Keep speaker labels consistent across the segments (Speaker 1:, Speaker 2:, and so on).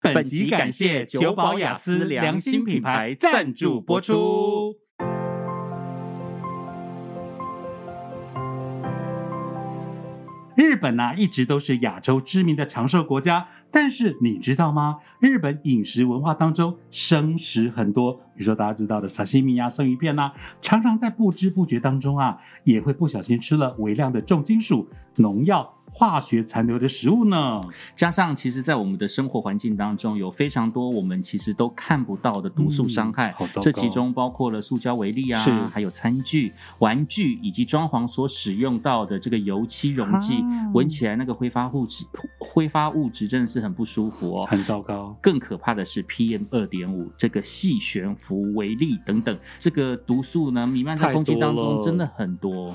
Speaker 1: 本集感谢九宝雅思良心品牌赞助播出。日本呢、一直都是亚洲知名的长寿国家，但是你知道吗？日本饮食文化当中，生食很多，比如说大家知道的沙西米啊、生鱼片呐、常常在不知不觉当中啊，也会不小心吃了微量的重金属、农药、化学残留的食物呢。
Speaker 2: 加上，其实，在我们的生活环境当中，有非常多我们其实都看不到的毒素伤害。
Speaker 1: 嗯好糟糕
Speaker 2: 这其中包括了塑胶为例
Speaker 1: 是
Speaker 2: 啊，还有餐具、玩具以及装潢所使用到的这个油漆溶剂
Speaker 1: 啊，
Speaker 2: 闻起来那个挥发物质，挥发物质真的是很不舒服哦。
Speaker 1: 很糟糕。
Speaker 2: 更可怕的是 PM 二点五这个细悬浮微粒等等，这个毒素呢弥漫在
Speaker 1: 太
Speaker 2: 空气
Speaker 1: 多
Speaker 2: 当中，
Speaker 1: 了
Speaker 2: 真的很多。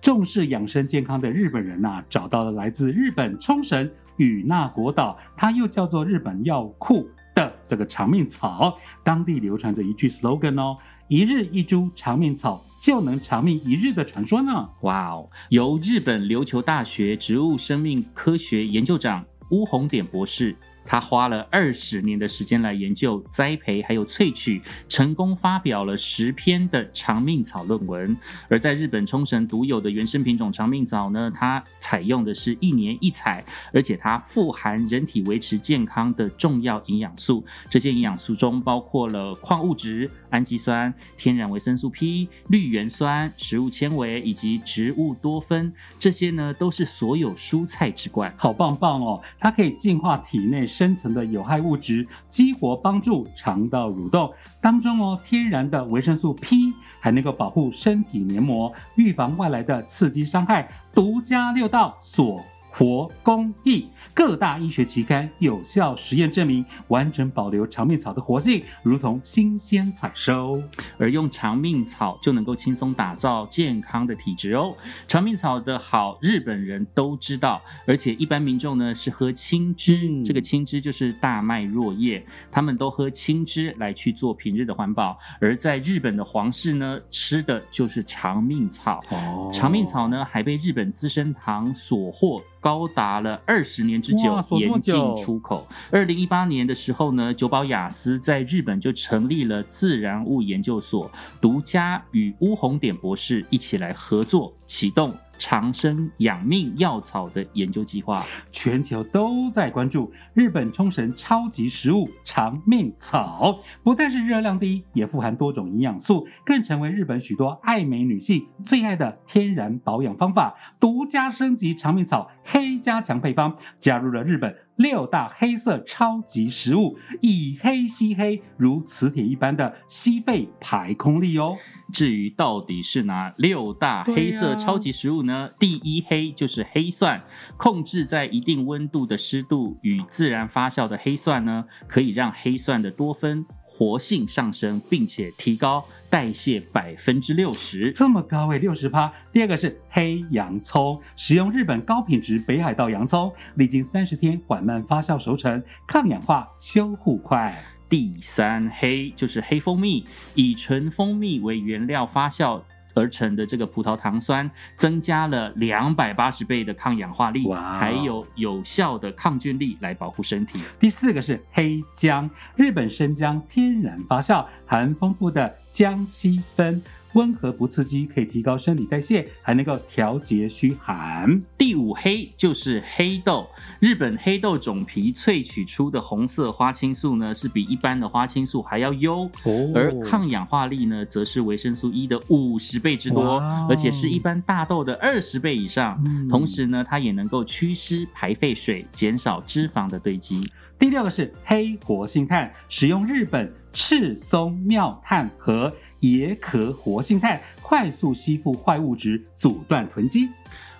Speaker 1: 重视养生健康的日本人呐、找到了来自日本冲绳与那国岛，它又叫做日本药库的这个长命草。当地流传着一句 slogan 哦：“一日一株长命草，就能长命一日”的传说呢。
Speaker 2: 哇哦！由日本琉球大学植物生命科学研究长乌红典博士，他花了二十年的时间来研究、栽培还有萃取，成功发表了十篇的长命草论文。而在日本冲绳独有的原生品种长命草呢，它采用的是一年一采，而且它富含人体维持健康的重要营养素。这些营养素中包括了矿物质、氨基酸、天然维生素 P、绿原酸、食物纤维以及植物多酚，这些呢都是所有蔬菜之冠。
Speaker 1: 好棒棒哦！它可以净化体内深层的有害物质，激活帮助肠道蠕动。当中哦，天然的维生素 P 还能够保护身体黏膜，预防外来的刺激伤害。独家六道所活工艺，各大医学期刊有效实验证明，完整保留长命草的活性，如同新鲜采收。
Speaker 2: 而用长命草就能够轻松打造健康的体质哦。长命草的好，日本人都知道，而且一般民众呢是喝青汁，
Speaker 1: 嗯
Speaker 2: 这个青汁就是大麦若叶，他们都喝青汁来去做平日的环保。而在日本的皇室呢，吃的就是长命草。
Speaker 1: 哦
Speaker 2: 长命草呢，还被日本资生堂所获，高达了二十年之久
Speaker 1: 哇，锁这么
Speaker 2: 严禁
Speaker 1: 久
Speaker 2: 出口。二零一八年的时候呢，久保雅思在日本就成立了自然物研究所，独家与乌红典博士一起来合作，启动长生养命药草的研究计划。
Speaker 1: 全球都在关注日本冲绳超级食物长命草，不但是热量低，也富含多种营养素，更成为日本许多爱美女性最爱的天然保养方法。独家升级长命草黑加强配方，加入了日本六大黑色超级食物，以黑吸黑，如磁铁一般的吸肺排空力哦。
Speaker 2: 至于到底是哪六大
Speaker 1: 对啊
Speaker 2: 黑色超级食物呢？第一黑就是黑蒜，控制在一定温度的湿度与自然发酵的黑蒜呢，可以让黑蒜的多酚活性上升，并且提高代谢百分之六十。
Speaker 1: 这么高诶，六十趴。第二个是黑洋葱，使用日本高品质北海道洋葱，历经三十天缓慢发酵熟成，抗氧化、修护快。
Speaker 2: 第三黑就是黑蜂蜜，以纯蜂蜜为原料发酵。而成的这个葡萄糖酸增加了两百八十倍的抗氧化力，
Speaker 1: 哇哦
Speaker 2: 还有有效的抗菌力来保护身体。
Speaker 1: 第四个是黑姜，日本生姜天然发酵，含丰富的姜烯酚，温和不刺激，可以提高生理代谢，还能够调节虚寒。
Speaker 2: 第五黑就是黑豆，日本黑豆种皮萃取出的红色花青素呢，是比一般的花青素还要优，
Speaker 1: 哦
Speaker 2: 而抗氧化力呢，则是维生素 E 的五十倍之多
Speaker 1: 哇哦，
Speaker 2: 而且是一般大豆的二十倍以上。
Speaker 1: 嗯
Speaker 2: 同时呢，它也能够祛湿、排废水，减少脂肪的堆积。
Speaker 1: 第六个是黑活性炭，使用日本赤松妙炭和椰壳活性炭，快速吸附坏物质，阻断囤积。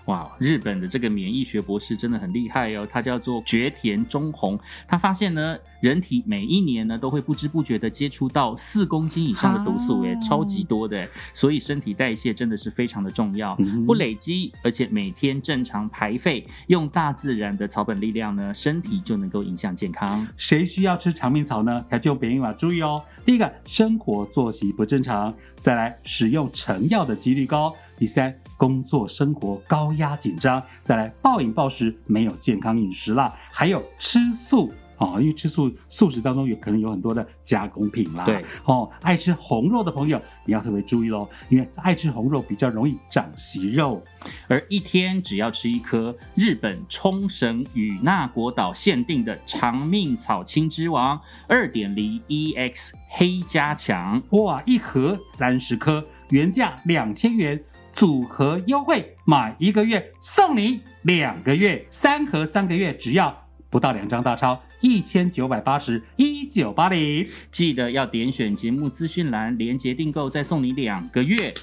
Speaker 2: 哇，日本的这个免疫学博士真的很厉害哦，他叫做绝田中弘。他发现呢，人体每一年呢都会不知不觉的接触到四公斤以上的毒素，
Speaker 1: 啊
Speaker 2: 哎，超级多的，所以身体代谢真的是非常的重要。
Speaker 1: 嗯
Speaker 2: 不累积，而且每天正常排废，用大自然的草本力量呢，身体就能够影响健康。
Speaker 1: 谁需要吃长命草呢？条件别用啊，注意哦。第一个，生活作息不正常；再来，使用成药的几率高；第三，工作生活高压紧张；再来，暴饮暴食，没有健康饮食啦；还有吃素。哦，因为吃素素食当中有可能有很多的加工品啦。
Speaker 2: 对，
Speaker 1: 哦，爱吃红肉的朋友你要特别注意喽，因为爱吃红肉比较容易长息肉。
Speaker 2: 而一天只要吃一颗日本冲绳与那国岛限定的长命草青之王二点零 EX 黑加强。
Speaker 1: 哇，啊一盒三十颗，原价两千元，组合优惠，买一个月送你两个月，三盒三个月只要不到两张大钞，一千九百八十一九八零。
Speaker 2: 记得要点选节目资讯栏连接订购，再送你两个月，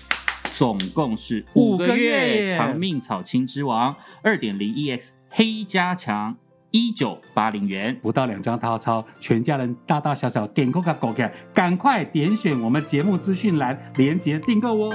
Speaker 2: 总共是五个
Speaker 1: 五个月
Speaker 2: 月。长命草青之王二点零 EX 黑加强一九八零元。
Speaker 1: 不到两张大钞，全家人大大小小点购个狗给，赶快点选我们节目资讯栏连接订购哦。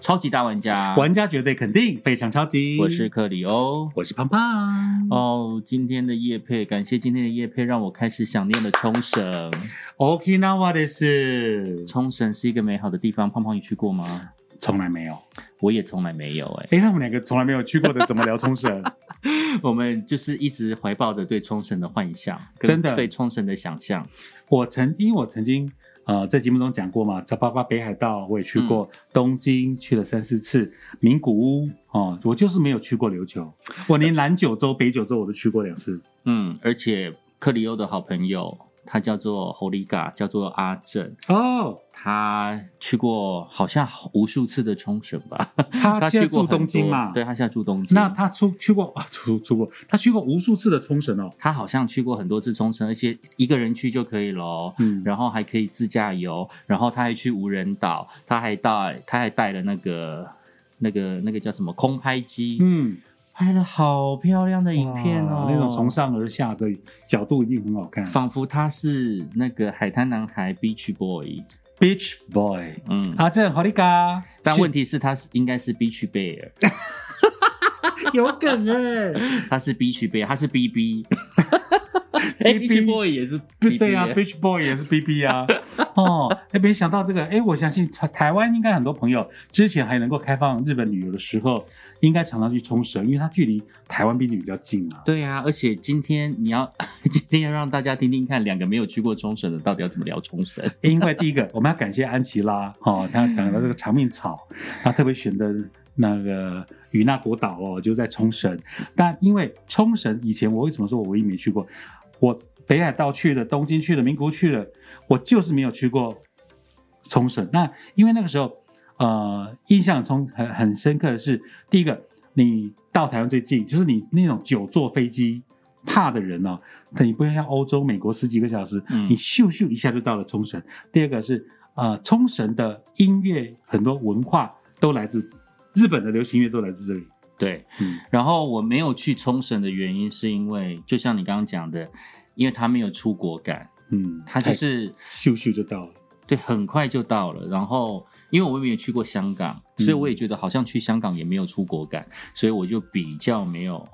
Speaker 2: 超级大玩家，
Speaker 1: 玩家绝对肯定，非常超级。
Speaker 2: 我是克里欧。
Speaker 1: 我是胖胖哦
Speaker 2: 哦，今天的夜配，感谢今天的夜配，让我开始想念了冲绳。
Speaker 1: ，Okinawa 的是
Speaker 2: 冲绳是一个美好的地方，胖胖你去过吗？
Speaker 1: 从来没有。
Speaker 2: 我也从来没有
Speaker 1: 哎，
Speaker 2: 哎、
Speaker 1: 他们两个从来没有去过的，怎么聊冲绳？
Speaker 2: 我们就是一直怀抱着对冲绳的幻想，跟
Speaker 1: 真的
Speaker 2: 对冲绳的想象。
Speaker 1: 我曾因为我曾经呃在节目中讲过嘛，在包括北海道我也去过，
Speaker 2: 嗯
Speaker 1: 东京去了三四次，名古屋哦，我就是没有去过琉球，我连南九州、北九州我都去过两次。
Speaker 2: 嗯，而且克里欧的好朋友，他叫做侯里嘎，叫做阿正，
Speaker 1: 哦，
Speaker 2: 他去过好像无数次的冲绳吧？
Speaker 1: 他现在
Speaker 2: 去过
Speaker 1: 住
Speaker 2: 很多
Speaker 1: 东京嘛？
Speaker 2: 对，他现在住东京。
Speaker 1: 那他出去过啊，出出过，他去过无数次的冲绳哦。
Speaker 2: 他好像去过很多次冲绳，而且一个人去就可以喽。
Speaker 1: 嗯
Speaker 2: 然后还可以自驾游，然后他还去无人岛，他还带他还带了那个那个那个叫什么空拍机，
Speaker 1: 嗯，
Speaker 2: 拍了好漂亮的影片
Speaker 1: 哇，
Speaker 2: 哦
Speaker 1: 那种从上而下的角度一定很好看。
Speaker 2: 仿佛他是那个海滩男孩 Beach Boy，
Speaker 1: Beach Boy，
Speaker 2: 嗯，
Speaker 1: 啊，这好利嘎，
Speaker 2: 但
Speaker 1: 是
Speaker 2: 问题是他是应该是 Beach Bear，
Speaker 1: 有梗哎，
Speaker 2: 他是 Beach Bear，他是 BB，哎
Speaker 1: BB
Speaker 2: ，Beach Boy 也是 BB，
Speaker 1: 不对啊
Speaker 2: 耶
Speaker 1: ，Beach Boy 也是 BB 啊，哦，哎，没想到这个，哎，我相信台台湾应该很多朋友之前还能够开放日本旅游的时候，应该常常去冲绳，因为它距离台湾毕竟比较近 啊。
Speaker 2: 对啊，而且今天你要 今天要让大家听听看，两个没有去过冲绳的到底要怎么聊冲绳。
Speaker 1: 因为哎第一个，我们要感谢安琪拉哦，她讲到这个长命草，她特别选的那个与那国岛哦，就在冲绳。但因为冲绳以前我为什么说我唯一没去过？我北海道去了，东京去了，名古屋去了，我就是没有去过冲绳。那因为那个时候，呃，印象冲很很深刻的是，第一个，你到台湾最近，就是你那种久坐飞机。怕的人哦，你不要像欧洲、美国十几个小时，
Speaker 2: 嗯
Speaker 1: 你咻咻一下就到了冲绳。第二个是呃，冲绳的音乐很多文化都来自日本的流行乐都来自这里。
Speaker 2: 对，
Speaker 1: 嗯，
Speaker 2: 然后我没有去冲绳的原因是因为，就像你刚刚讲的，因为他没有出国感，
Speaker 1: 嗯，
Speaker 2: 他就是
Speaker 1: 咻咻就到了。
Speaker 2: 对很快就到了。然后因为我也没有去过香港，
Speaker 1: 嗯
Speaker 2: 所以我也觉得好像去香港也没有出国感，所以我就比较没有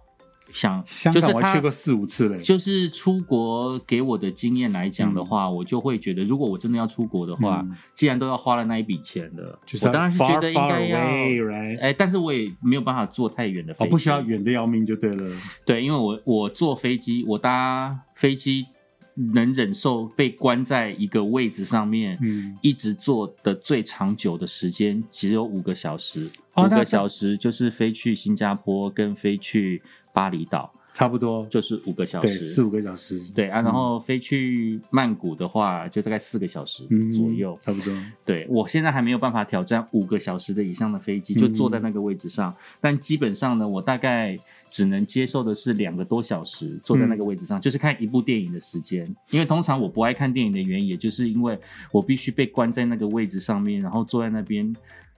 Speaker 2: 想
Speaker 1: 香
Speaker 2: 就
Speaker 1: 港
Speaker 2: 是
Speaker 1: 我
Speaker 2: 他
Speaker 1: 还去过四五次嘞。
Speaker 2: 就是出国给我的经验来讲的话，我就会觉得，如果我真的要出国的话，
Speaker 1: 嗯
Speaker 2: 既然都要花了那一笔钱了，
Speaker 1: 就是
Speaker 2: 我当然是
Speaker 1: far,
Speaker 2: 觉得应该
Speaker 1: far
Speaker 2: 要。
Speaker 1: away, right？
Speaker 2: 哎，但是我也没有办法坐太远的飞
Speaker 1: 哦，
Speaker 2: 机，
Speaker 1: 不需要远的要命就对了。
Speaker 2: 对，因为我我坐飞机，我搭飞机能忍受被关在一个位置上面，
Speaker 1: 嗯，
Speaker 2: 一直坐的最长久的时间只有五个小时，
Speaker 1: 哦
Speaker 2: 五
Speaker 1: 那
Speaker 2: 个小时就是飞去新加坡跟飞去巴厘岛，
Speaker 1: 差不多
Speaker 2: 就是五个小
Speaker 1: 对四
Speaker 2: 时。
Speaker 1: 五个小时，
Speaker 2: 对啊，然后飞去曼谷的话，就大概四个小时
Speaker 1: 嗯
Speaker 2: 左右。
Speaker 1: 差不多。
Speaker 2: 对我现在还没有办法挑战五个小时的以上的飞机，就坐
Speaker 1: 嗯
Speaker 2: 在那个位置上。但基本上呢，我大概只能接受的是两个多小时坐在那
Speaker 1: 嗯
Speaker 2: 个位置上，就是看一部电影的时间。因为通常我不爱看电影的原因，也就是因为我必须被关在那个位置上面，然后坐在那边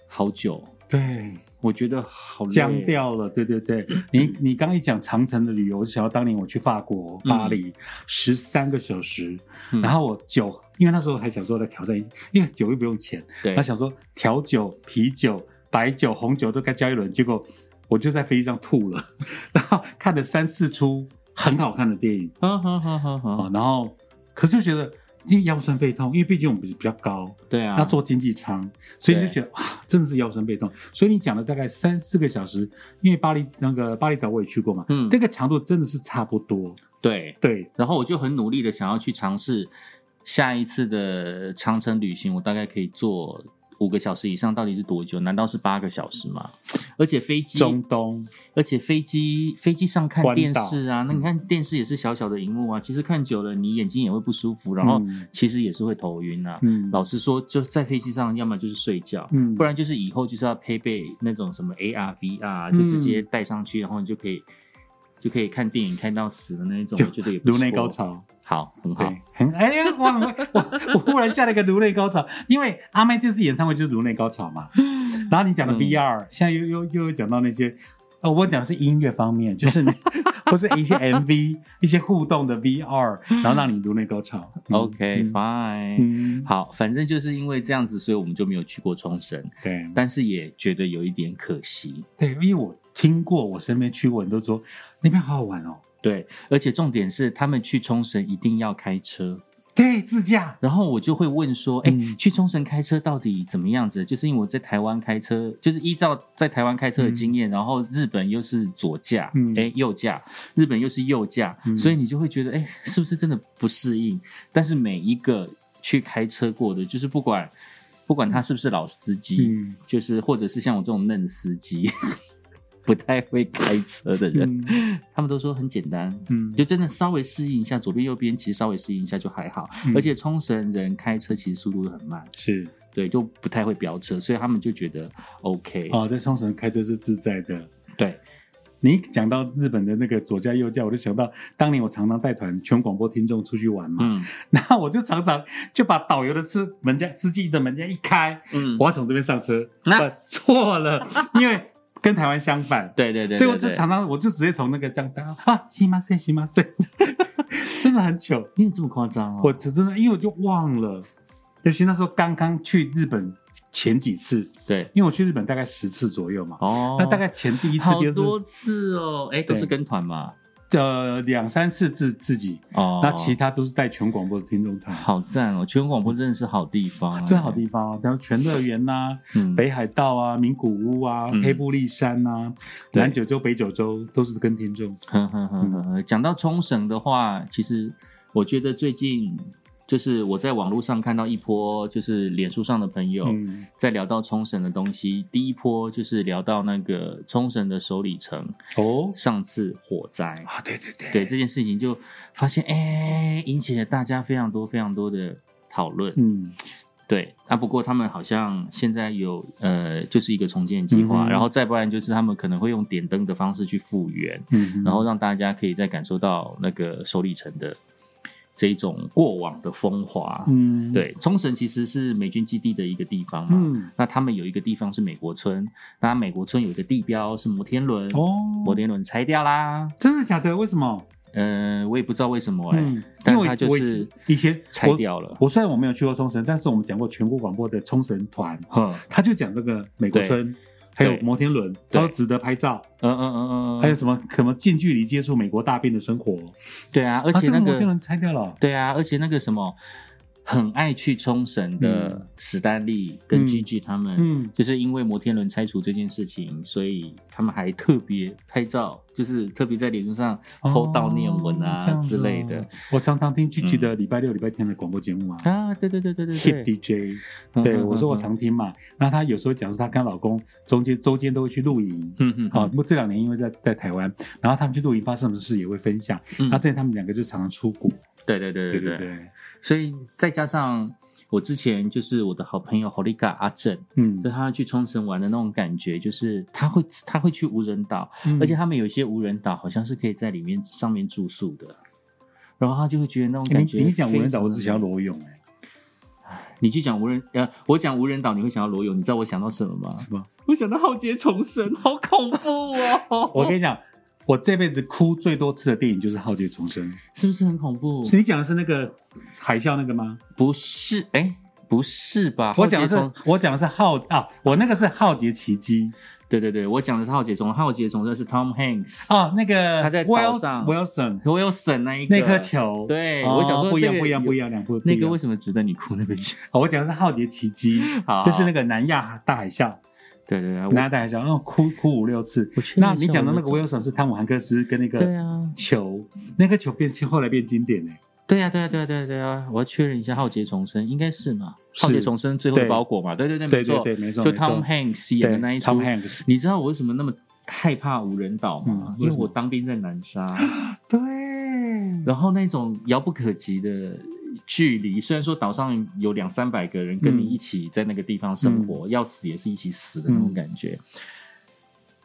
Speaker 2: 好久，
Speaker 1: 对，
Speaker 2: 我觉得好累
Speaker 1: 僵。掉了。对对对，你你刚一讲长城的旅游，我就想到当年我去法国巴黎十三个小时，
Speaker 2: 嗯
Speaker 1: 然后我酒，因为那时候还想说来挑战一，因为酒又不用钱，
Speaker 2: 对
Speaker 1: 他，想说调酒、啤酒、白酒、红酒都该交一轮，结果我就在飞机上吐了， 然后看了三四出很好看的电影
Speaker 2: 好好好好
Speaker 1: 啊、
Speaker 2: 好，
Speaker 1: 然后可是就觉得因为腰酸背痛，因为毕竟我们比较高，
Speaker 2: 对啊，
Speaker 1: 要做经济舱，所以就
Speaker 2: 对
Speaker 1: 觉得哇，真的是腰酸背痛。所以你讲了大概三四个小时，因为巴黎那个巴厘岛我也去过嘛，
Speaker 2: 嗯
Speaker 1: 这个长度真的是差不多。
Speaker 2: 对，
Speaker 1: 对，
Speaker 2: 然后我就很努力的想要去尝试下一次的长城旅行，我大概可以做五个小时以上，到底是多久？难道是八个小时吗？而且飞机，
Speaker 1: 中东
Speaker 2: 而且飞机飞机上看
Speaker 1: 关岛嗯
Speaker 2: 电视啊，那你看电视也是小小的荧幕啊，其实看久了你眼睛也会不舒服，然后
Speaker 1: 嗯
Speaker 2: 其实也是会头晕啊。
Speaker 1: 嗯
Speaker 2: 老实说，就在飞机上，要么就是睡觉，
Speaker 1: 嗯
Speaker 2: 不然就是以后就是要配备那种什么 AR、VR，就啊直
Speaker 1: 嗯
Speaker 2: 接带上去，然后你就可以就可以看电影看到死的那一种，
Speaker 1: 就
Speaker 2: 我觉得也不错
Speaker 1: 颅内高，潮，
Speaker 2: 好，很好
Speaker 1: 对，，很哎呀，我很会我我忽然下了一个颅内高潮，因为阿妹这次演唱会就是颅内高潮嘛。然后你讲的
Speaker 2: 嗯
Speaker 1: VR，、现在又又又有讲到那些，呃，我讲的是音乐方面，就是你 不是一些 MV 一些互动的 VR，然后让你颅内高潮。嗯
Speaker 2: OK
Speaker 1: 嗯
Speaker 2: fine，、
Speaker 1: 嗯，
Speaker 2: 好，反正就是因为这样子，所以我们就没有去过冲绳，
Speaker 1: 对
Speaker 2: 但是也觉得有一点可惜。
Speaker 1: 对，因为我听过，我身边去过，人都说那边好好玩哦。
Speaker 2: 对，而且重点是他们去冲绳一定要开车，
Speaker 1: 对，自驾，
Speaker 2: 然后我就会问说，哎、
Speaker 1: 嗯
Speaker 2: 去冲绳开车到底怎么样子？就是因为我在台湾开车，就是依照在台湾开车的经验，然后日本又是左驾，哎、
Speaker 1: 嗯
Speaker 2: 右驾，日本又是右驾，
Speaker 1: 嗯
Speaker 2: 所以你就会觉得，哎、是不是真的不适应？但是每一个去开车过的，就是不管不管他是不是老司机，
Speaker 1: 嗯
Speaker 2: 就是或者是像我这种嫩司机， 不太会开车的人，
Speaker 1: 嗯
Speaker 2: 他们都说很简单，
Speaker 1: 嗯
Speaker 2: 你，就真的稍微适应一下左边右边，其实稍微适应一下就还好。
Speaker 1: 嗯
Speaker 2: 而且冲绳人开车其实速度都很慢，
Speaker 1: 是
Speaker 2: 对，就不太会飙车，所以他们就觉得 OK、
Speaker 1: 哦，在冲绳开车是自在的。
Speaker 2: 对，
Speaker 1: 你讲到日本的那个左驾右驾，我就想到当年我常常带团全广播听众出去玩嘛，
Speaker 2: 嗯
Speaker 1: 然后我就常常就把导游的车门家司机的门家一开，
Speaker 2: 嗯，
Speaker 1: 我要从这边上车，
Speaker 2: 那
Speaker 1: 呃错了， 因为跟台湾相反，
Speaker 2: 对对对对
Speaker 1: 所以我就
Speaker 2: 对
Speaker 1: 常常我就直接从那个这样搭啊，西马塞西马塞， 真的很糗，
Speaker 2: 你有这么夸张哦？
Speaker 1: 我只真的因为我就忘了，尤其那时候刚刚去日本前几次，
Speaker 2: 对
Speaker 1: 因为我去日本大概十次左右嘛，
Speaker 2: 哦，
Speaker 1: 那大概前第一次、
Speaker 2: 好
Speaker 1: 第二次
Speaker 2: 多次哦，哎，都是
Speaker 1: 对
Speaker 2: 跟团嘛，
Speaker 1: 呃两三次自自己，
Speaker 2: 哦，
Speaker 1: 那其他都是带全广播的听众团，
Speaker 2: 好赞哦，全广播真的是好地方、哎
Speaker 1: 真好地方哦，然后全乐园呐、
Speaker 2: 嗯，
Speaker 1: 北海道啊、名古屋啊、
Speaker 2: 嗯
Speaker 1: 黑布利山呐、
Speaker 2: 对
Speaker 1: 南九州、北九州都是跟听众，
Speaker 2: 呵呵呵
Speaker 1: 嗯
Speaker 2: 呵呵。讲到冲绳的话，其实我觉得最近就是我在网络上看到一波，就是脸书上的朋友。
Speaker 1: 嗯，
Speaker 2: 在聊到冲绳的东西，第一波就是聊到那个冲绳的首里城
Speaker 1: 哦，
Speaker 2: 上次火灾，
Speaker 1: 啊，对对对，
Speaker 2: 哦对这件事情就发现，哎、引起了大家非常多非常多的讨论。
Speaker 1: 嗯，
Speaker 2: 对，啊，不过他们好像现在有呃，就是一个重建计
Speaker 1: 嗯
Speaker 2: 划，
Speaker 1: 哼
Speaker 2: 然后再不然就是他们可能会用点灯的方式去复原，
Speaker 1: 嗯，
Speaker 2: 然后让大家可以再感受到那个首里城的这一种过往的风华。
Speaker 1: 嗯，，
Speaker 2: 对，冲绳其实是美军基地的一个地方嘛，
Speaker 1: 嗯，
Speaker 2: 那他们有一个地方是美国村，那美国村有一个地标是摩天轮，
Speaker 1: 哦，
Speaker 2: 摩天轮拆掉啦。
Speaker 1: 真的假的？为什么？
Speaker 2: 呃，我也不知道为什么哎、
Speaker 1: 嗯，
Speaker 2: 但
Speaker 1: 因为
Speaker 2: 它就
Speaker 1: 我
Speaker 2: 是
Speaker 1: 以前
Speaker 2: 拆
Speaker 1: 我
Speaker 2: 掉了。
Speaker 1: 我虽然我没有去过冲绳，但是我们讲过全国广播的冲绳团，
Speaker 2: 哼，
Speaker 1: 他就讲这个美国村，还有摩天轮，
Speaker 2: 对
Speaker 1: 他说值得拍照，
Speaker 2: 嗯嗯嗯嗯，
Speaker 1: 还有什么什么近距离接触美国大兵的生活，
Speaker 2: 对啊，而
Speaker 1: 啊
Speaker 2: 且
Speaker 1: 这
Speaker 2: 那
Speaker 1: 个摩
Speaker 2: 个、
Speaker 1: 天轮拆掉了，
Speaker 2: 对啊，而且那个什么，很爱去冲绳的
Speaker 1: 嗯
Speaker 2: 史丹利跟
Speaker 1: 嗯
Speaker 2: Gigi 他们，
Speaker 1: 嗯，
Speaker 2: 就是因为摩天轮拆除这件事情，所以他们还特别拍照，就是特别在脸书上
Speaker 1: 偷
Speaker 2: 偷悼念文
Speaker 1: 哦
Speaker 2: 啊、之类的。嗯
Speaker 1: 我常常听 Gigi 的礼拜六、礼拜天的广播节目啊。
Speaker 2: 啊，对对对对对
Speaker 1: Hit
Speaker 2: 对，
Speaker 1: DJ，
Speaker 2: 嗯
Speaker 1: 对
Speaker 2: 嗯
Speaker 1: 我说我
Speaker 2: 嗯
Speaker 1: 常听嘛，那她有时候讲说她跟她老公中间周间都会去露营，
Speaker 2: 嗯嗯，
Speaker 1: 好，不过这两年因为在在台湾，然后他们去露营发生什么事也会分享。
Speaker 2: 嗯
Speaker 1: 那之前他们两个就常常出国，
Speaker 2: 对对对
Speaker 1: 啊对对
Speaker 2: 对对，
Speaker 1: 对，
Speaker 2: 所以再加上我之前就是我的好朋友 Holiga 阿正，
Speaker 1: 嗯
Speaker 2: 就，他去冲绳玩的那种感觉，就是他会他会去无人岛，
Speaker 1: 嗯
Speaker 2: 而且他们有一些无人岛好像是可以在里面上面住宿的，然后他就会觉得那种
Speaker 1: 欸
Speaker 2: 感觉、哦
Speaker 1: 你你讲无人岛，我只想要，裸泳哎、
Speaker 2: 你去讲无人呃，我讲无人岛，你会想到罗友，你知道我想到什么吗？
Speaker 1: 是吗？
Speaker 2: 我想到浩劫重生，好恐怖哦！
Speaker 1: 我跟你讲，我这辈子哭最多次的电影就是《浩劫重生》。
Speaker 2: 是不是很恐怖？
Speaker 1: 是你讲的是那个海啸那个吗？
Speaker 2: 不是？哎，不是吧？
Speaker 1: 我讲的
Speaker 2: 浩劫重
Speaker 1: 是我讲的是浩啊，我那个是《浩劫奇迹》，
Speaker 2: 对对对，我讲的是浩劫虫，浩劫虫就是 Tom Hanks
Speaker 1: 啊，那个
Speaker 2: 他在
Speaker 1: w i l
Speaker 2: 岛上
Speaker 1: Wilson
Speaker 2: 我有省那一个
Speaker 1: 那颗，球，
Speaker 2: 对、
Speaker 1: 哦
Speaker 2: 我想说
Speaker 1: 不一样，
Speaker 2: 这个
Speaker 1: 不一样，不一样，两部不一
Speaker 2: 那
Speaker 1: 样
Speaker 2: 个为什么值得你哭那 个球？
Speaker 1: 哦我讲的是浩劫奇迹，
Speaker 2: 好，
Speaker 1: 就是那
Speaker 2: 个
Speaker 1: 个南亚大海啸，
Speaker 2: 对对对，我
Speaker 1: 南亚大海啸，然后哭哭五六次。
Speaker 2: 我哦确认
Speaker 1: 那
Speaker 2: 一下
Speaker 1: 你讲的那个
Speaker 2: 我有
Speaker 1: Wilson 是汤姆汉克斯跟那个
Speaker 2: 对啊，
Speaker 1: 球，那个球变后来变经典哎、
Speaker 2: 对啊呀、对呀、对呀、对呀、对呀、我要确认一下《浩劫重生》应该是嘛，《
Speaker 1: 是
Speaker 2: 浩劫重生》最后的
Speaker 1: 对
Speaker 2: 包裹嘛，对对对，
Speaker 1: 对
Speaker 2: 没
Speaker 1: 对
Speaker 2: 错，
Speaker 1: 对，没错，
Speaker 2: 就
Speaker 1: 没
Speaker 2: Tom
Speaker 1: 错
Speaker 2: Hanks
Speaker 1: 对
Speaker 2: 演的那一出。
Speaker 1: Tom Hanks，
Speaker 2: 你知道我为什么那么害怕无人岛吗？
Speaker 1: 嗯
Speaker 2: 因
Speaker 1: 为
Speaker 2: 为
Speaker 1: 什么
Speaker 2: 我当兵在南沙，
Speaker 1: 对，
Speaker 2: 然后那种遥不可及的距离，虽然说岛上有两三百个人跟你
Speaker 1: 嗯
Speaker 2: 一起在那个地方生活，要死也是一起死的那
Speaker 1: 嗯
Speaker 2: 种感觉。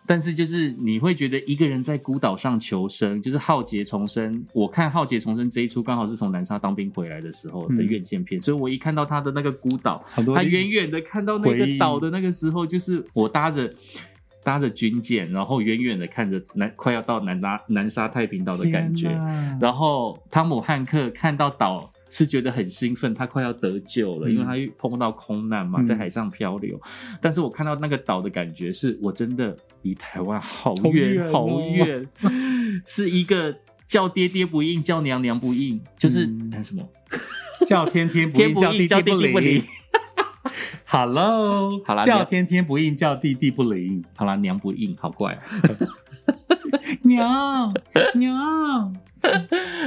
Speaker 2: 但是就是你会觉得一个人在孤岛上求生，就是浩劫重生。我看《浩劫重生》这一出，刚好是从南沙当兵回来的时候的
Speaker 1: 嗯
Speaker 2: 院线片，所以我一看到他的那个孤岛，
Speaker 1: 很多
Speaker 2: 他
Speaker 1: 历
Speaker 2: 远远的看到那个
Speaker 1: 回忆
Speaker 2: 岛的那个时候，就是我搭着搭着军舰，然后远远的看着南快要到南沙南沙太平岛的感觉
Speaker 1: 天。哪
Speaker 2: 然后汤姆汉克看到岛是觉得很兴奋，他快要得救了，
Speaker 1: 嗯
Speaker 2: 因为他又碰到空难嘛，
Speaker 1: 嗯
Speaker 2: 在海上漂流。但是我看到那个岛的感觉是，我真的离台湾好
Speaker 1: 好
Speaker 2: 远
Speaker 1: 远哦
Speaker 2: 好远， 是一个叫爹爹不应，叫娘娘不应，就是、
Speaker 1: 嗯
Speaker 2: 哎什么
Speaker 1: 叫天天不
Speaker 2: 天
Speaker 1: 应，
Speaker 2: 不应，
Speaker 1: 地
Speaker 2: 叫
Speaker 1: 地
Speaker 2: 地地不灵
Speaker 1: 灵。。Hello，
Speaker 2: 好啦
Speaker 1: 叫
Speaker 2: 娘
Speaker 1: 天天不应，叫地地不灵。
Speaker 2: 好啦，娘不应，好怪、哦。
Speaker 1: 娘娘，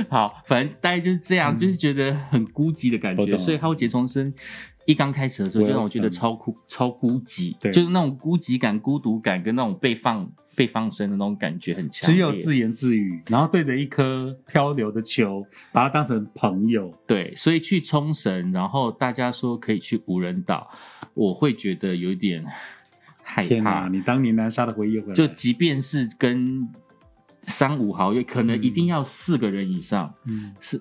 Speaker 2: 好，反正大概就是这样，
Speaker 1: 嗯
Speaker 2: 就是觉得很孤寂的感
Speaker 1: 我懂
Speaker 2: 觉。
Speaker 1: 了
Speaker 2: 所以《浩劫重生》一刚开始的时候，就让我觉得
Speaker 1: Wilson
Speaker 2: 超孤、超孤寂，
Speaker 1: 对
Speaker 2: 就是那种孤寂感、孤独感跟那种被放、被放生的那种感觉很强
Speaker 1: 只
Speaker 2: 烈。
Speaker 1: 有自言自语，然后对着一颗漂流的球，把它当成朋友。
Speaker 2: 对，所以去冲绳，然后大家说可以去无人岛，我会觉得有一点害
Speaker 1: 天哪，
Speaker 2: 怕。
Speaker 1: 你当年南沙的回忆又回来
Speaker 2: 就
Speaker 1: 了，
Speaker 2: 即便是跟三五好友，可能
Speaker 1: 嗯
Speaker 2: 一定要四个人以上，
Speaker 1: 嗯，
Speaker 2: 是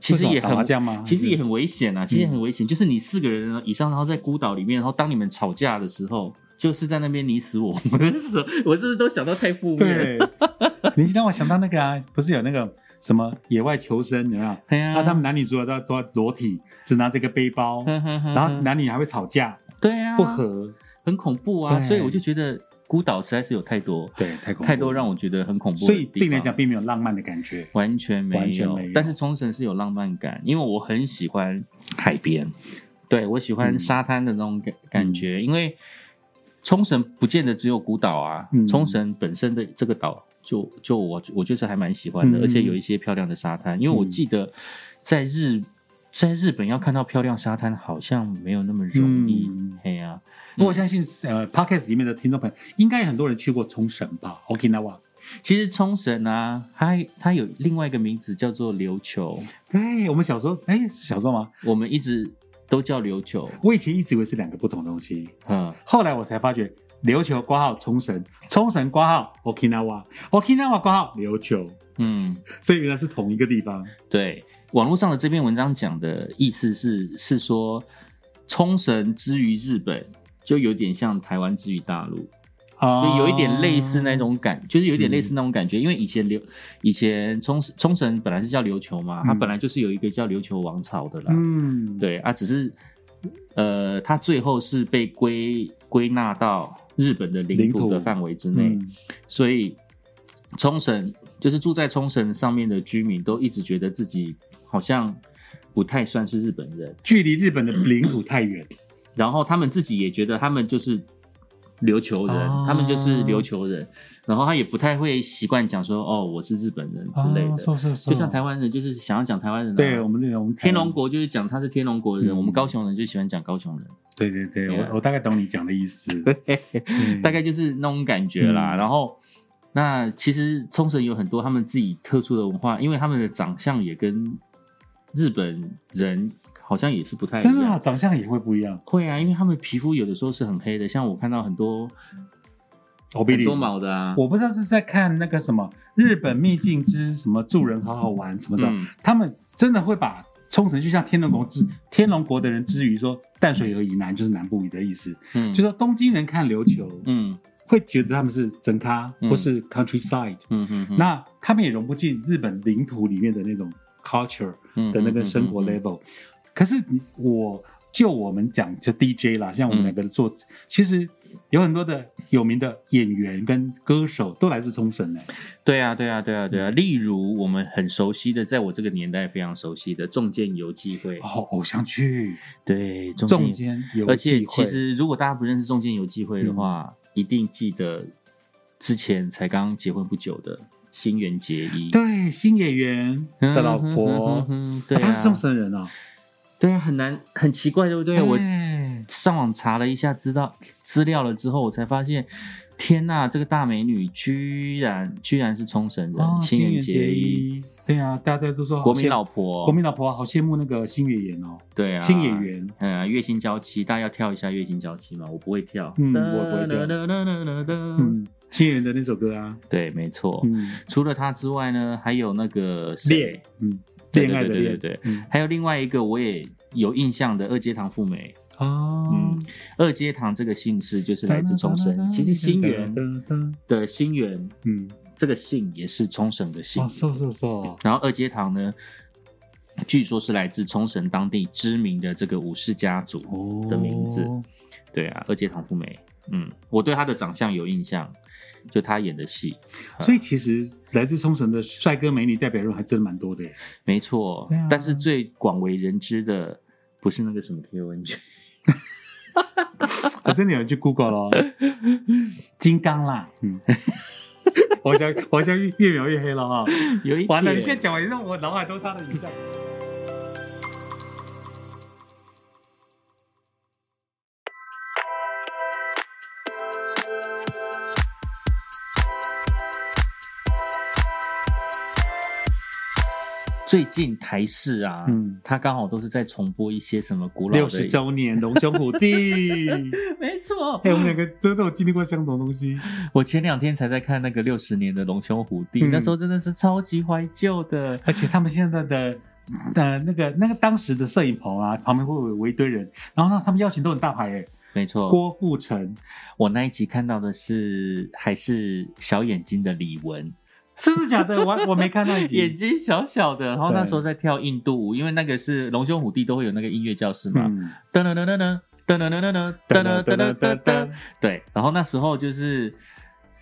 Speaker 2: 其实
Speaker 1: 为
Speaker 2: 也
Speaker 1: 什么打
Speaker 2: 很
Speaker 1: 麻将吗？
Speaker 2: 其实也
Speaker 1: 还
Speaker 2: 很危险啊，其实也很
Speaker 1: 嗯
Speaker 2: 危险。就是你四个人以上，然后在孤岛里面，然后当你们吵架的时候，就是在那边你死我活的时候， 我是不是都想到太负面了？
Speaker 1: 是对。你让我想到那个啊，不是有那个什么野外求生，有没有？
Speaker 2: 对啊呀、
Speaker 1: 那他们男女主角都要都要裸体，只拿这个背包，
Speaker 2: 呵呵呵，
Speaker 1: 然
Speaker 2: 然
Speaker 1: 后男女还会吵架，
Speaker 2: 对呀、
Speaker 1: 不，合，
Speaker 2: 很恐怖啊。
Speaker 1: 对
Speaker 2: 所以我就觉得孤岛实在是有太多
Speaker 1: 对，太恐怖了
Speaker 2: 太多让我觉得很恐怖的
Speaker 1: 所以
Speaker 2: 地
Speaker 1: 对你来
Speaker 2: 方
Speaker 1: 讲并没有浪漫的感觉。
Speaker 2: 完全没有，
Speaker 1: 完全没有
Speaker 2: 但是冲绳是有浪漫感，因为我很喜欢海边，对我喜欢
Speaker 1: 嗯
Speaker 2: 沙滩的那种感感觉，因为冲绳不见得只有孤岛啊，
Speaker 1: 嗯
Speaker 2: 冲绳本身的这个岛就就我我就是还蛮喜欢的，
Speaker 1: 嗯
Speaker 2: 而且有一些漂亮的沙滩，因为我
Speaker 1: 嗯
Speaker 2: 记得在日、在日本要看到漂亮沙滩好像没有那么容易，
Speaker 1: 嗯
Speaker 2: 哎呀、
Speaker 1: 不过我相信，呃，podcast 里面的听众朋友应该很多人去过冲绳吧，Okinawa。
Speaker 2: 其实冲绳啊，它它有另外一个名字叫做琉球，
Speaker 1: 对，我们小时候，哎，是小时候吗？
Speaker 2: 我们一直都叫琉球，
Speaker 1: 我以前一直以为是两个不同的东西，
Speaker 2: 嗯。
Speaker 1: 后来我才发觉，琉球挂号冲绳，冲绳挂号 Okinawa，Okinawa 挂号琉球，
Speaker 2: 嗯，
Speaker 1: 所以原来是同一个地方。
Speaker 2: 对，网络上的这篇文章讲的意思是是说，冲绳之于日本，就有点像台湾之于大陆，
Speaker 1: 啊
Speaker 2: 就有一点类似那种
Speaker 1: 哦
Speaker 2: 感，就是有点类似那种感觉。因为以前琉，以前冲绳冲绳本来是叫琉球嘛，它
Speaker 1: 嗯
Speaker 2: 本来就是有一个叫琉球王朝的啦。
Speaker 1: 嗯，
Speaker 2: 对啊，只是呃，它最后是被归归纳到日本的领
Speaker 1: 领
Speaker 2: 土的
Speaker 1: 土
Speaker 2: 范围之内。
Speaker 1: 嗯，
Speaker 2: 所以冲绳就是住在冲绳上面的居民都一直觉得自己好像不太算是日本人，
Speaker 1: 距离日本的领土太远，
Speaker 2: 然后他们自己也觉得他们就是琉球人，
Speaker 1: 哦
Speaker 2: 他们就是琉球人，然后他也不太会习惯讲说哦我是日本人之类的，
Speaker 1: 是是是，
Speaker 2: 就像台湾人就是想要讲台湾人、啊，
Speaker 1: 哦对我们这种
Speaker 2: 天龙，国就是讲他是天龙国的人，
Speaker 1: 嗯
Speaker 2: 我们高雄人就喜欢讲高雄人。
Speaker 1: 对对对，
Speaker 2: Yeah
Speaker 1: 我我大概懂你讲的意 思，
Speaker 2: 啊大概就是那种感觉啦。
Speaker 1: 嗯
Speaker 2: 然后，那其实冲绳有很多他们自己特殊的文化，因为他们的长相也跟日本人好像也是不太一
Speaker 1: 真的啊，
Speaker 2: 样。
Speaker 1: 长相也会不一样。
Speaker 2: 会啊，因为他们皮肤有的时候是很黑的，像我看到很多
Speaker 1: 我哦比
Speaker 2: 很
Speaker 1: 你
Speaker 2: 多毛的啊。
Speaker 1: 我不知道是在看那个什么日本秘境之什么助人好好玩什么的，
Speaker 2: 嗯，
Speaker 1: 他们真的会把冲绳就像天龙国之天龙国的人之于说淡水河以南就是南部语的意思，
Speaker 2: 嗯，
Speaker 1: 就说东京人看琉球、
Speaker 2: 嗯
Speaker 1: 会觉得他们是整咖
Speaker 2: 嗯
Speaker 1: 或是 countryside，、
Speaker 2: 嗯嗯嗯，
Speaker 1: 那他们也融不进日本领土里面的那种 culture
Speaker 2: 那
Speaker 1: 的那个生
Speaker 2: 嗯
Speaker 1: 活 level。可是你我就我们讲就
Speaker 2: 嗯
Speaker 1: DJ 啦，像我们两个做，其实有很多的有名的演员跟歌手都来自冲绳哎，
Speaker 2: 对啊，对啊，对啊，对啊。例如我们很熟悉的，在我这个年代非常熟悉的《重剑游记会》
Speaker 1: 哦，偶像剧
Speaker 2: 对，
Speaker 1: 《中间有
Speaker 2: 而
Speaker 1: 机
Speaker 2: 且
Speaker 1: 会嗯
Speaker 2: 其实如果大家不认识《重剑游记会》的话，一定记得之前才刚结婚不久的新垣结衣
Speaker 1: 对新演员的老
Speaker 2: 嗯哼哼哼
Speaker 1: 婆，
Speaker 2: 哼哼
Speaker 1: 啊
Speaker 2: 对、啊，
Speaker 1: 她是冲绳人哦，
Speaker 2: 对啊，很难，很奇怪，对不对？我
Speaker 1: 哎
Speaker 2: 上网查了一下资料资料了之后，我才发现，天呐，这个大美女居然居然是冲绳
Speaker 1: 哦
Speaker 2: 人，
Speaker 1: 新
Speaker 2: 垣
Speaker 1: 垣
Speaker 2: 结
Speaker 1: 结，衣，对啊，大家都说好
Speaker 2: 国民
Speaker 1: 羡
Speaker 2: 老婆，
Speaker 1: 国民老婆好羡慕那个新演员哦，
Speaker 2: 对啊，
Speaker 1: 新演员
Speaker 2: 呃，月薪娇妻，大家要跳一下月薪娇妻嘛，我不会跳，
Speaker 1: 嗯我不会跳
Speaker 2: 跳。
Speaker 1: 嗯，新演员的那首歌啊，
Speaker 2: 对，没错。
Speaker 1: 嗯，
Speaker 2: 除了她之外呢，还有那个谁
Speaker 1: 恋，嗯，
Speaker 2: 对
Speaker 1: 恋爱的
Speaker 2: 对对
Speaker 1: 恋，
Speaker 2: 对对
Speaker 1: 嗯，
Speaker 2: 还有另外一个我也有印象的二阶堂富美。
Speaker 1: 哦
Speaker 2: 嗯，二阶堂这个姓氏就是来自冲绳，其实新源的新源
Speaker 1: 嗯，
Speaker 2: 这个姓也是冲绳的姓
Speaker 1: 哦，。瘦瘦瘦，
Speaker 2: 然后二阶堂呢，据说是来自冲绳当地知名的这个武士家族。
Speaker 1: 哦
Speaker 2: 的名字对啊，二阶堂富美。嗯，我对她的长相有印象，就她演的戏。
Speaker 1: 所以其实来自冲绳的帅哥美女代表人还真的蛮多的耶。
Speaker 2: 没错，
Speaker 1: 对啊
Speaker 2: 但是最广为人知的不是那个什么 K O N G，
Speaker 1: 啊，真的有人去 Google 咯，金刚啦，嗯， 我想我想越描越黑了哈，
Speaker 2: 有一
Speaker 1: 完了，
Speaker 2: 点
Speaker 1: 你现在讲完之后，我脑海都是他的影像。
Speaker 2: 最近台视啊，
Speaker 1: 嗯
Speaker 2: 它刚好都是在重播一些什么古老的
Speaker 1: 六十，周年龙兄虎 弟，
Speaker 2: 没 错。
Speaker 1: 哎、我们两个真的都有经历过相同东西。
Speaker 2: 我前两天才在看那个六十年的《龙兄虎弟》
Speaker 1: 嗯
Speaker 2: 那时候真的是超级怀旧的。
Speaker 1: 而且他们现在的呃那个那个当时的摄影棚啊，旁边会有一堆人，然后呢，他们邀请都很大牌诶，
Speaker 2: 没错，
Speaker 1: 郭富城，
Speaker 2: 我那一集看到的是还是小眼睛的李玟，
Speaker 1: 真的假的？我我没看那一
Speaker 2: 眼
Speaker 1: 集。
Speaker 2: 睛小小的，然后
Speaker 1: 对
Speaker 2: 那时候在跳印度舞，因为那个是《龙兄虎弟》都会有那个音乐教室嘛。
Speaker 1: 嗯，
Speaker 2: 噔噔噔噔噔噔噔
Speaker 1: 噔噔
Speaker 2: 噔噔噔噔噔
Speaker 1: 噔噔
Speaker 2: 噔噔
Speaker 1: 噔，
Speaker 2: 对，然后那时候就是，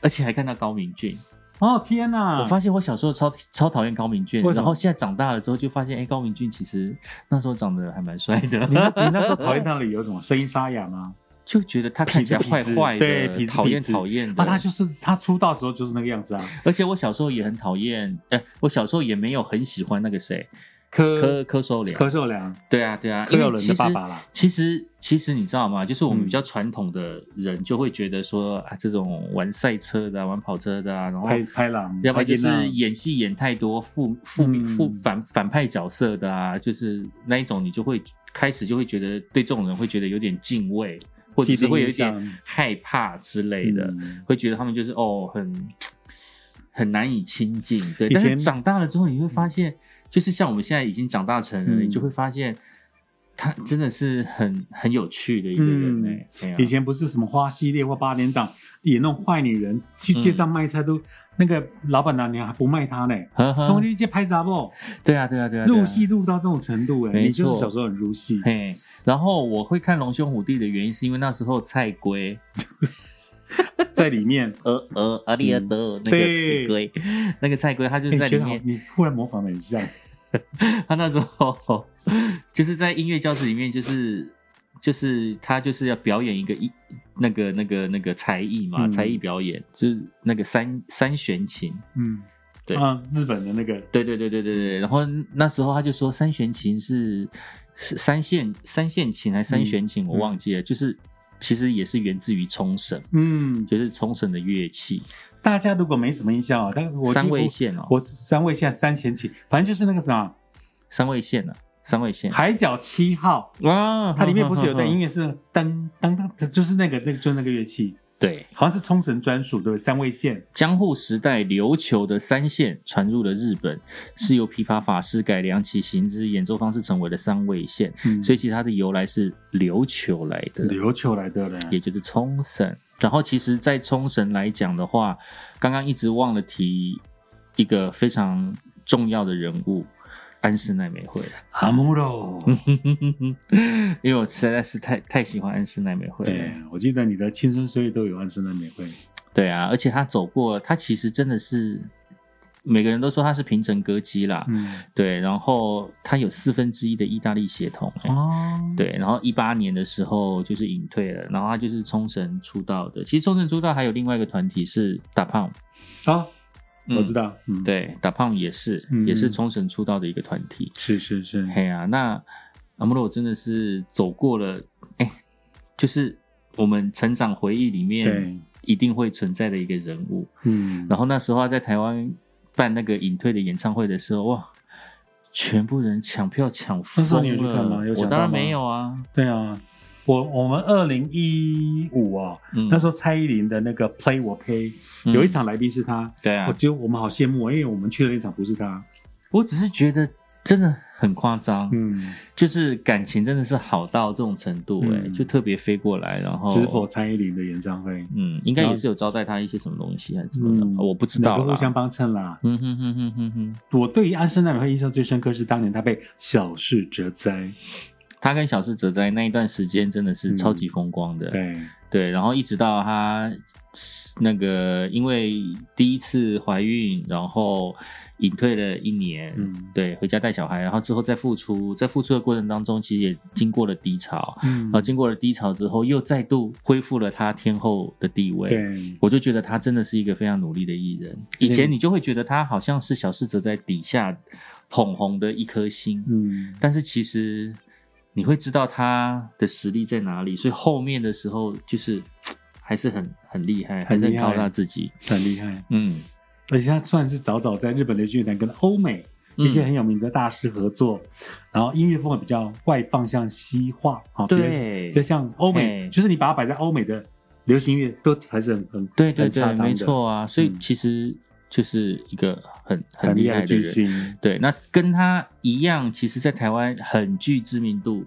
Speaker 2: 而且还看到高明俊，
Speaker 1: 哦天哪！
Speaker 2: 我发现我小时候超超讨厌高明俊
Speaker 1: 为，什么
Speaker 2: 然后现在长大了之后就发现，哎，高明俊其实那时候长得还蛮帅
Speaker 1: 你
Speaker 2: 的，
Speaker 1: 那你那时候讨厌他的理由是什么？声音沙哑吗？
Speaker 2: 就觉得他看起来坏坏
Speaker 1: 痞子痞子
Speaker 2: 的，
Speaker 1: 对痞子
Speaker 2: 讨厌
Speaker 1: 痞子
Speaker 2: 讨厌
Speaker 1: 啊，他
Speaker 2: 的。
Speaker 1: 就是他出道的时候就是那个样子啊。
Speaker 2: 而且我小时候也很讨厌，哎，我小时候也没有很喜欢那个谁，柯
Speaker 1: 柯
Speaker 2: 柯受良，
Speaker 1: 柯受良，
Speaker 2: 对啊对啊，
Speaker 1: 柯有
Speaker 2: 因为
Speaker 1: 伦
Speaker 2: 其
Speaker 1: 的
Speaker 2: 实
Speaker 1: 爸爸啦
Speaker 2: 其实其实你知道吗？就是我们
Speaker 1: 嗯
Speaker 2: 比较传统的人就会觉得说、啊，这种玩赛车的、啊、玩跑车的啊，然后
Speaker 1: 拍拍狼，
Speaker 2: 要不然就
Speaker 1: 拍
Speaker 2: 是
Speaker 1: 电
Speaker 2: 演戏演太多负负面
Speaker 1: 嗯
Speaker 2: 负反反派角色的啊，就是那一种，你就会开始就会觉得对这种人会觉得有点敬畏，或者
Speaker 1: 既
Speaker 2: 是
Speaker 1: 定
Speaker 2: 会有一
Speaker 1: 印象
Speaker 2: 点害怕之类
Speaker 1: 影
Speaker 2: 的，
Speaker 1: 嗯
Speaker 2: 会觉得他们就是哦很很难以亲近。对，
Speaker 1: 以
Speaker 2: 但是
Speaker 1: 前
Speaker 2: 长大了之后，你会发现，就是像我们现在已经长大成人了，
Speaker 1: 嗯
Speaker 2: 你就会发现他真的是很很有趣的一个人
Speaker 1: 嗯
Speaker 2: 呢、欸对啊
Speaker 1: 以前不是什么花系列或八点档演那种坏女人，去
Speaker 2: 嗯
Speaker 1: 街上卖菜都、那个老板娘还不卖她呢。
Speaker 2: 呵
Speaker 1: 通
Speaker 2: 呵，
Speaker 1: 天街拍杂报，
Speaker 2: 对啊对啊对啊，对啊
Speaker 1: 入戏入到这种程度哎、
Speaker 2: 没
Speaker 1: 你就
Speaker 2: 错
Speaker 1: 是小时候很入戏。
Speaker 2: 嘿，然后我会看《龙兄虎弟》的原因，是因为那时候蔡圭，
Speaker 1: 在里 面。
Speaker 2: 呃呃阿利尔德那个蔡
Speaker 1: 嗯对
Speaker 2: 圭，那个蔡圭他就是
Speaker 1: 哎
Speaker 2: 在
Speaker 1: 你觉
Speaker 2: 里
Speaker 1: 得好
Speaker 2: 面，
Speaker 1: 你忽然模仿的很像，
Speaker 2: 他那时候就是在音乐教室里面，就是就是他就是要表演一个一那个那个那个才艺嘛，
Speaker 1: 嗯
Speaker 2: 才艺表演就是那个三三弦琴，
Speaker 1: 嗯，
Speaker 2: 对
Speaker 1: 啊，日本的那个，
Speaker 2: 对对对对对对。然后那时候他就说三弦琴是是三线三线琴还
Speaker 1: 嗯
Speaker 2: 是三弦琴，我忘记了，就是其实也是源自于冲绳。
Speaker 1: 嗯，
Speaker 2: 就是冲绳的乐器，
Speaker 1: 大家如果没什么印象哦，但我
Speaker 2: 三
Speaker 1: 几乎
Speaker 2: 味线哦，
Speaker 1: 我三位现在三弦起，反正就是那个什么
Speaker 2: 三味线呢、三味线
Speaker 1: 《海角七号》，
Speaker 2: 啊
Speaker 1: 它里面不是有段音
Speaker 2: 乐？
Speaker 1: 乐是噔噔噔，就是那个那个就是那个乐器，
Speaker 2: 对，
Speaker 1: 好像是冲绳专属，对不对？三味线，
Speaker 2: 江户时代琉球的三线传入了日本，是由琵琶法师改良其行之演奏方式，成为了三味线。
Speaker 1: 嗯
Speaker 2: 所以其实它的由来是琉球来的，
Speaker 1: 琉球来的嘞，
Speaker 2: 也就是冲绳。然后其实，在冲绳来讲的话，刚刚一直忘了提一个非常重要的人物，安室奈美惠，
Speaker 1: 阿姆罗。
Speaker 2: 嗯 因为我实在是太太喜欢安室奈美惠
Speaker 1: 对
Speaker 2: 了。，
Speaker 1: 我记得你的青春岁月都有安室奈美惠。
Speaker 2: 对啊，而且她走过，她其实真的是每个人都说她是平成歌姬啦，
Speaker 1: 嗯，
Speaker 2: 对，然后她有四分之一的意大利血统、欸
Speaker 1: 哦，
Speaker 2: 对，然后一八年的时候就是隐退了，然后她就是冲绳出道的。其实冲绳出道还有另外一个团体是大胖，
Speaker 1: 啊，我知
Speaker 2: 道，
Speaker 1: 道，嗯，，
Speaker 2: 对，大胖也是、
Speaker 1: 嗯
Speaker 2: 也是冲绳出道的一个团体。
Speaker 1: 是是是，
Speaker 2: 嘿呀、啊，那阿姆罗真的是走过了，哎，就是我们成长回忆里
Speaker 1: 对
Speaker 2: 面一定会存在的一个人物。
Speaker 1: 嗯，
Speaker 2: 然后那时候她在台湾办那个隐退的演唱会的时候，哇！全部人抢票抢
Speaker 1: 那时候你有
Speaker 2: 疯
Speaker 1: 去看吗
Speaker 2: 了
Speaker 1: 有，
Speaker 2: 我
Speaker 1: 抢
Speaker 2: 当
Speaker 1: 到
Speaker 2: 然
Speaker 1: 吗
Speaker 2: 没有啊。
Speaker 1: 对啊，我我们二零一五啊，
Speaker 2: 嗯，
Speaker 1: 那时候蔡依林的那个 Play 我 Pay
Speaker 2: 嗯
Speaker 1: 有一场来宾是她，
Speaker 2: 对啊
Speaker 1: 我，就我们好羡慕啊，因为我们去的那场不是她，
Speaker 2: 我只是觉得真的很夸张，
Speaker 1: 嗯，
Speaker 2: 就是感情真的是好到这种程度、哎、
Speaker 1: 嗯
Speaker 2: 就特别飞过来，然后
Speaker 1: 知否蔡依林的演唱会，
Speaker 2: 嗯，应该也是有招待他一些什么东西还是什么的吧，
Speaker 1: 嗯
Speaker 2: 我不知道
Speaker 1: 两个
Speaker 2: 啦
Speaker 1: 互。相帮衬啦。
Speaker 2: 嗯哼哼哼哼哼，
Speaker 1: 我对于安室奈美惠印象最深刻是当年她被小室哲哉，
Speaker 2: 他跟小室哲哉那一段时间真的是超级风光的，
Speaker 1: 嗯对，
Speaker 2: 对然后一直到他那个因为第一次怀孕，然后隐退了一年，
Speaker 1: 嗯
Speaker 2: 对，回家带小孩，然后之后再复出，在复出的过程当中，其实也经过了低潮，
Speaker 1: 嗯
Speaker 2: 然后经过了低潮之后，又再度恢复了他天后的地位。，
Speaker 1: 对，
Speaker 2: 我就觉得他真的是一个非常努力的艺人。以前你就会觉得他好像是小侍者在底下捧红的一颗星，
Speaker 1: 嗯，
Speaker 2: 但是其实你会知道他的实力在哪里，所以后面的时候就是嘖还是很很厉害，还
Speaker 1: 很厉害
Speaker 2: 是很靠他自己。
Speaker 1: 很厉害。
Speaker 2: 嗯，
Speaker 1: 而且他算是早早在日本流行乐坛跟欧美一些
Speaker 2: 嗯
Speaker 1: 很有名的大师合作，然后音乐风格比较外放，向西化啊，
Speaker 2: 对
Speaker 1: 比较，就像欧美，
Speaker 2: 嘿
Speaker 1: 就是你把它摆在欧美的流行乐都还是很很
Speaker 2: 对对
Speaker 1: 很恰
Speaker 2: 对，
Speaker 1: 当的
Speaker 2: 没错啊。所以
Speaker 1: 嗯
Speaker 2: 其实就是一个很
Speaker 1: 很
Speaker 2: 很厉
Speaker 1: 害
Speaker 2: 害
Speaker 1: 的
Speaker 2: 的
Speaker 1: 巨
Speaker 2: 人。
Speaker 1: 星，
Speaker 2: 对，那跟他一样，其实在台湾很具知名度。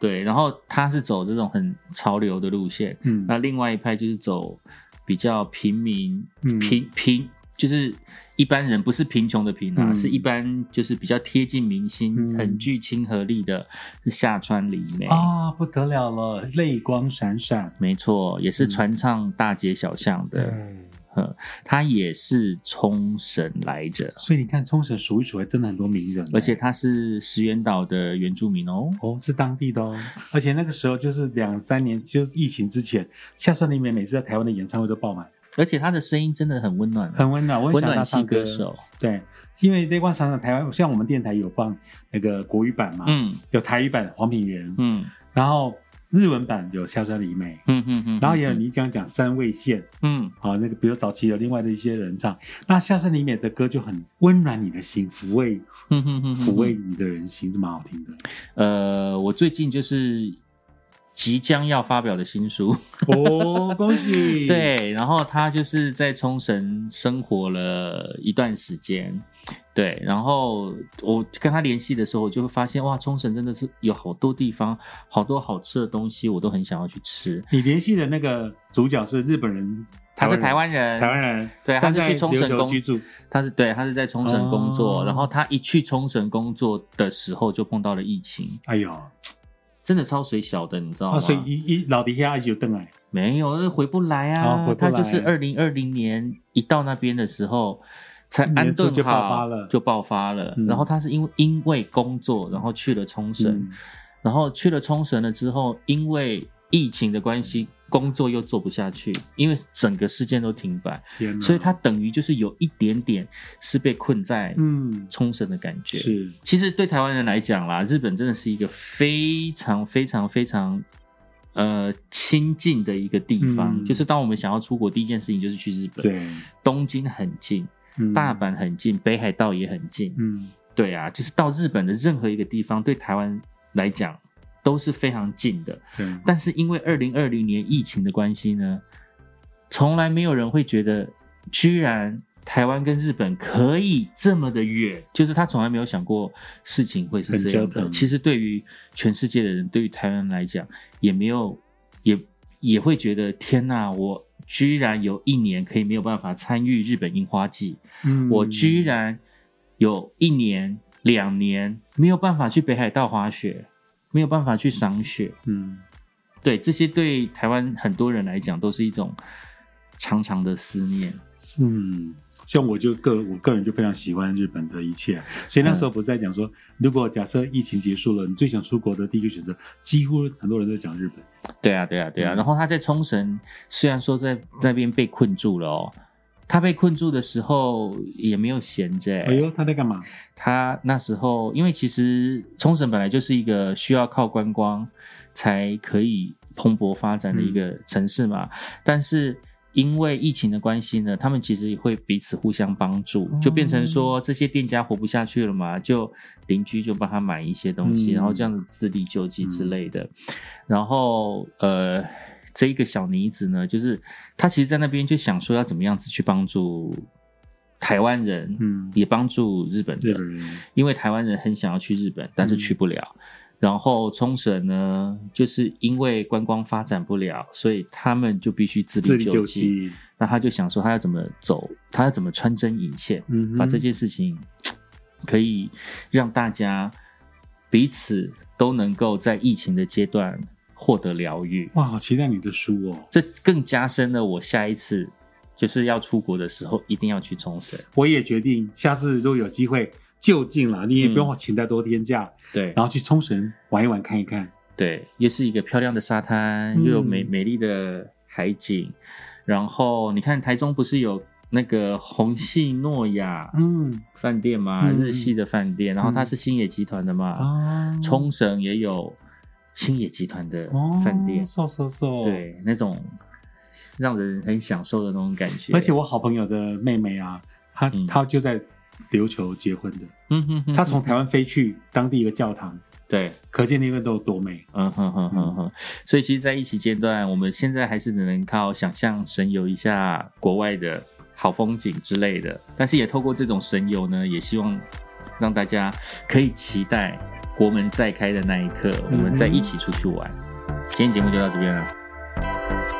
Speaker 2: 对，然后他是走这种很潮流的路线，
Speaker 1: 嗯，
Speaker 2: 那另外一派就是走比较平民、
Speaker 1: 嗯
Speaker 2: 平平，就是一般人，不是贫穷的贫啊，
Speaker 1: 嗯
Speaker 2: 是一般就是比较贴近民心、
Speaker 1: 嗯
Speaker 2: 很具亲和力的下川里美。
Speaker 1: 啊不得了了，泪光闪闪，
Speaker 2: 没错，也是
Speaker 1: 嗯
Speaker 2: 传唱大街小巷的，他也是冲绳来着，
Speaker 1: 所以你看冲绳数一数二，真的很多名人，
Speaker 2: 而且他是石垣岛的原住民哦。
Speaker 1: 哦，是当地的哦，而且那个时候就是两三年，就是疫情之前，夏川里美每次在台湾的演唱会都爆满，
Speaker 2: 而且他的声音真的很温暖啊，
Speaker 1: 很温暖，我也
Speaker 2: 温
Speaker 1: 想
Speaker 2: 暖
Speaker 1: 他
Speaker 2: 系
Speaker 1: 唱
Speaker 2: 歌手。
Speaker 1: 对，因为泪光闪闪台湾，像我们电台有放那个国语版嘛，
Speaker 2: 嗯
Speaker 1: 有台语版黄品源，
Speaker 2: 嗯
Speaker 1: 然后日文版有下川里美，
Speaker 2: 嗯嗯嗯，
Speaker 1: 然后也有你讲讲三味线
Speaker 2: 嗯
Speaker 1: 啊，那个比如早期有另外的一些人唱，那下川里美的歌就很温暖你的心，抚慰
Speaker 2: 嗯嗯嗯
Speaker 1: 抚慰。你的人心，是蛮好 听的。
Speaker 2: 呃，我最近就是即将要发表的新书，
Speaker 1: 哦，恭喜！，
Speaker 2: 对，然后他就是在冲绳生活了一段时间。对，然后我跟他联系的时候，我就会发现，哇，冲绳真的是有好多地方，好多好吃的东西，我都很想要去吃。
Speaker 1: 你联系的那个主角是日本人，
Speaker 2: 他是台
Speaker 1: 台
Speaker 2: 湾人，
Speaker 1: 台湾人，
Speaker 2: 对，他
Speaker 1: 但
Speaker 2: 是
Speaker 1: 在
Speaker 2: 去冲
Speaker 1: 琉
Speaker 2: 绳
Speaker 1: 球
Speaker 2: 工
Speaker 1: 居住，
Speaker 2: 他是对，他是在冲绳工作，
Speaker 1: 哦
Speaker 2: 然后他一去冲绳工作的时候就碰到了疫情，
Speaker 1: 哎呦，
Speaker 2: 真的超水小的，你知道吗？
Speaker 1: 啊，所以一一老底下一起有邓来，
Speaker 2: 没有，那回不来啊。
Speaker 1: 哦回不来
Speaker 2: 他就是二零二零年一到那边的时候才安
Speaker 1: 年初就
Speaker 2: 顿好，
Speaker 1: 爆发了
Speaker 2: 就爆发了
Speaker 1: 嗯
Speaker 2: 然后他是因为因为工作，然后去了冲绳，
Speaker 1: 嗯
Speaker 2: 然后去了冲绳了之后，因为疫情的关系，工作又做不下去，因为整个事件都停摆，
Speaker 1: 天哪，
Speaker 2: 所以他等于就是有一点点是被困在
Speaker 1: 嗯
Speaker 2: 冲绳的感觉。
Speaker 1: 是。
Speaker 2: 其实对台湾人来讲啦，日本真的是一个非常非常非常呃亲近的一个地方。
Speaker 1: 嗯
Speaker 2: 就是当我们想要出国，第一件事情就是去日本。，
Speaker 1: 对，
Speaker 2: 东京很近，
Speaker 1: 嗯
Speaker 2: 大，阪很近，北海道也很近。
Speaker 1: 嗯，
Speaker 2: 对啊，就是到日本的任何一个地方，对台湾来讲都是非常近的。
Speaker 1: 对，
Speaker 2: 但是因为二零二零年疫情的关系呢，从来没有人会觉得，居然台湾跟日本可以这么的远，就是他从来没有想过事情会是
Speaker 1: 很
Speaker 2: 这样
Speaker 1: 折
Speaker 2: 的。
Speaker 1: 腾
Speaker 2: 其实对于全世界的人，对于台湾来讲，也没有也也会觉得天呐，我居然有一年可以没有办法参与日本樱花季，
Speaker 1: 嗯
Speaker 2: 我居然有一年两年没有办法去北海道滑雪，没有办法去赏雪。
Speaker 1: 嗯，
Speaker 2: 对，这些对台湾很多人来讲都是一种长长的思念。
Speaker 1: 嗯，像我就个我个人就非常喜欢日本的一切，所以那时候不是在讲说，如果假设疫情结束了，你最想出国的第一个选择，几乎很多人都讲日本。
Speaker 2: 对啊，对啊，对啊。
Speaker 1: 嗯
Speaker 2: 然后他在冲绳，虽然说在那边被困住了哦，他被困住的时候也没有闲着欸、
Speaker 1: 哎呦，他在干嘛？
Speaker 2: 他那时候，因为其实冲绳本来就是一个需要靠观光才可以蓬勃发展
Speaker 1: 嗯
Speaker 2: 的一个城市嘛，但是因为疫情的关系呢，他们其实会彼此互相帮助，就变成
Speaker 1: 哦
Speaker 2: 说这些店家活不下去了嘛，就邻居就帮他买一些东西，
Speaker 1: 嗯
Speaker 2: 然后这样子自力救济之类的，然后呃。这一个小妮子呢，就是她其实，在那边就想说要怎么样子去帮助台湾人，
Speaker 1: 嗯，
Speaker 2: 也帮助日本
Speaker 1: 日
Speaker 2: 人，
Speaker 1: 本人。
Speaker 2: 因为台湾人很想要去日本，但是去不了。然后冲绳呢，就是因为观光发展不了，所以他们就必须自
Speaker 1: 自力
Speaker 2: 力救
Speaker 1: 救
Speaker 2: 济。
Speaker 1: 济，
Speaker 2: 那他就想说，他要怎么走，他要怎么穿针引线，
Speaker 1: 嗯哼，
Speaker 2: 把这件事情嗯可以让大家彼此都能够在疫情的阶段获得疗愈。
Speaker 1: 哇，好期待你的书哦！
Speaker 2: 这更加深了我下一次就是要出国的时候，一定要去冲绳。
Speaker 1: 我也决定下次如果有机会就近了，你也不
Speaker 2: 嗯
Speaker 1: 用请太多天假，
Speaker 2: 对，
Speaker 1: 然后去冲绳玩一玩看一看。
Speaker 2: 对，又是一个漂亮的沙滩，
Speaker 1: 嗯
Speaker 2: 又有美美丽的海景。然后你看，台中不是有那个红系诺亚
Speaker 1: 嗯
Speaker 2: 饭店吗？
Speaker 1: 嗯
Speaker 2: 日系的饭店，然后它是星野集团的嘛。
Speaker 1: 啊，
Speaker 2: 冲绳也有星野集团的
Speaker 1: 哦
Speaker 2: 饭店，
Speaker 1: 瘦瘦瘦，。
Speaker 2: 对，那种让人很享受的那种感觉。
Speaker 1: 而且，我好朋友的妹妹啊，她、
Speaker 2: 嗯
Speaker 1: 她就在琉球结婚的，
Speaker 2: 嗯哼哼，
Speaker 1: 她从台湾飞去当地一个教堂，
Speaker 2: 对。
Speaker 1: 可见那个都有多美。
Speaker 2: 嗯哼哼哼哼，所以其实，在疫情阶段，我们现在还是只能靠想象神游一下国外的好风景之类的，但是也透过这种神游呢，也希望让大家可以期待国门再开的那一刻，我们再一起出去玩。今天节目就到这边了。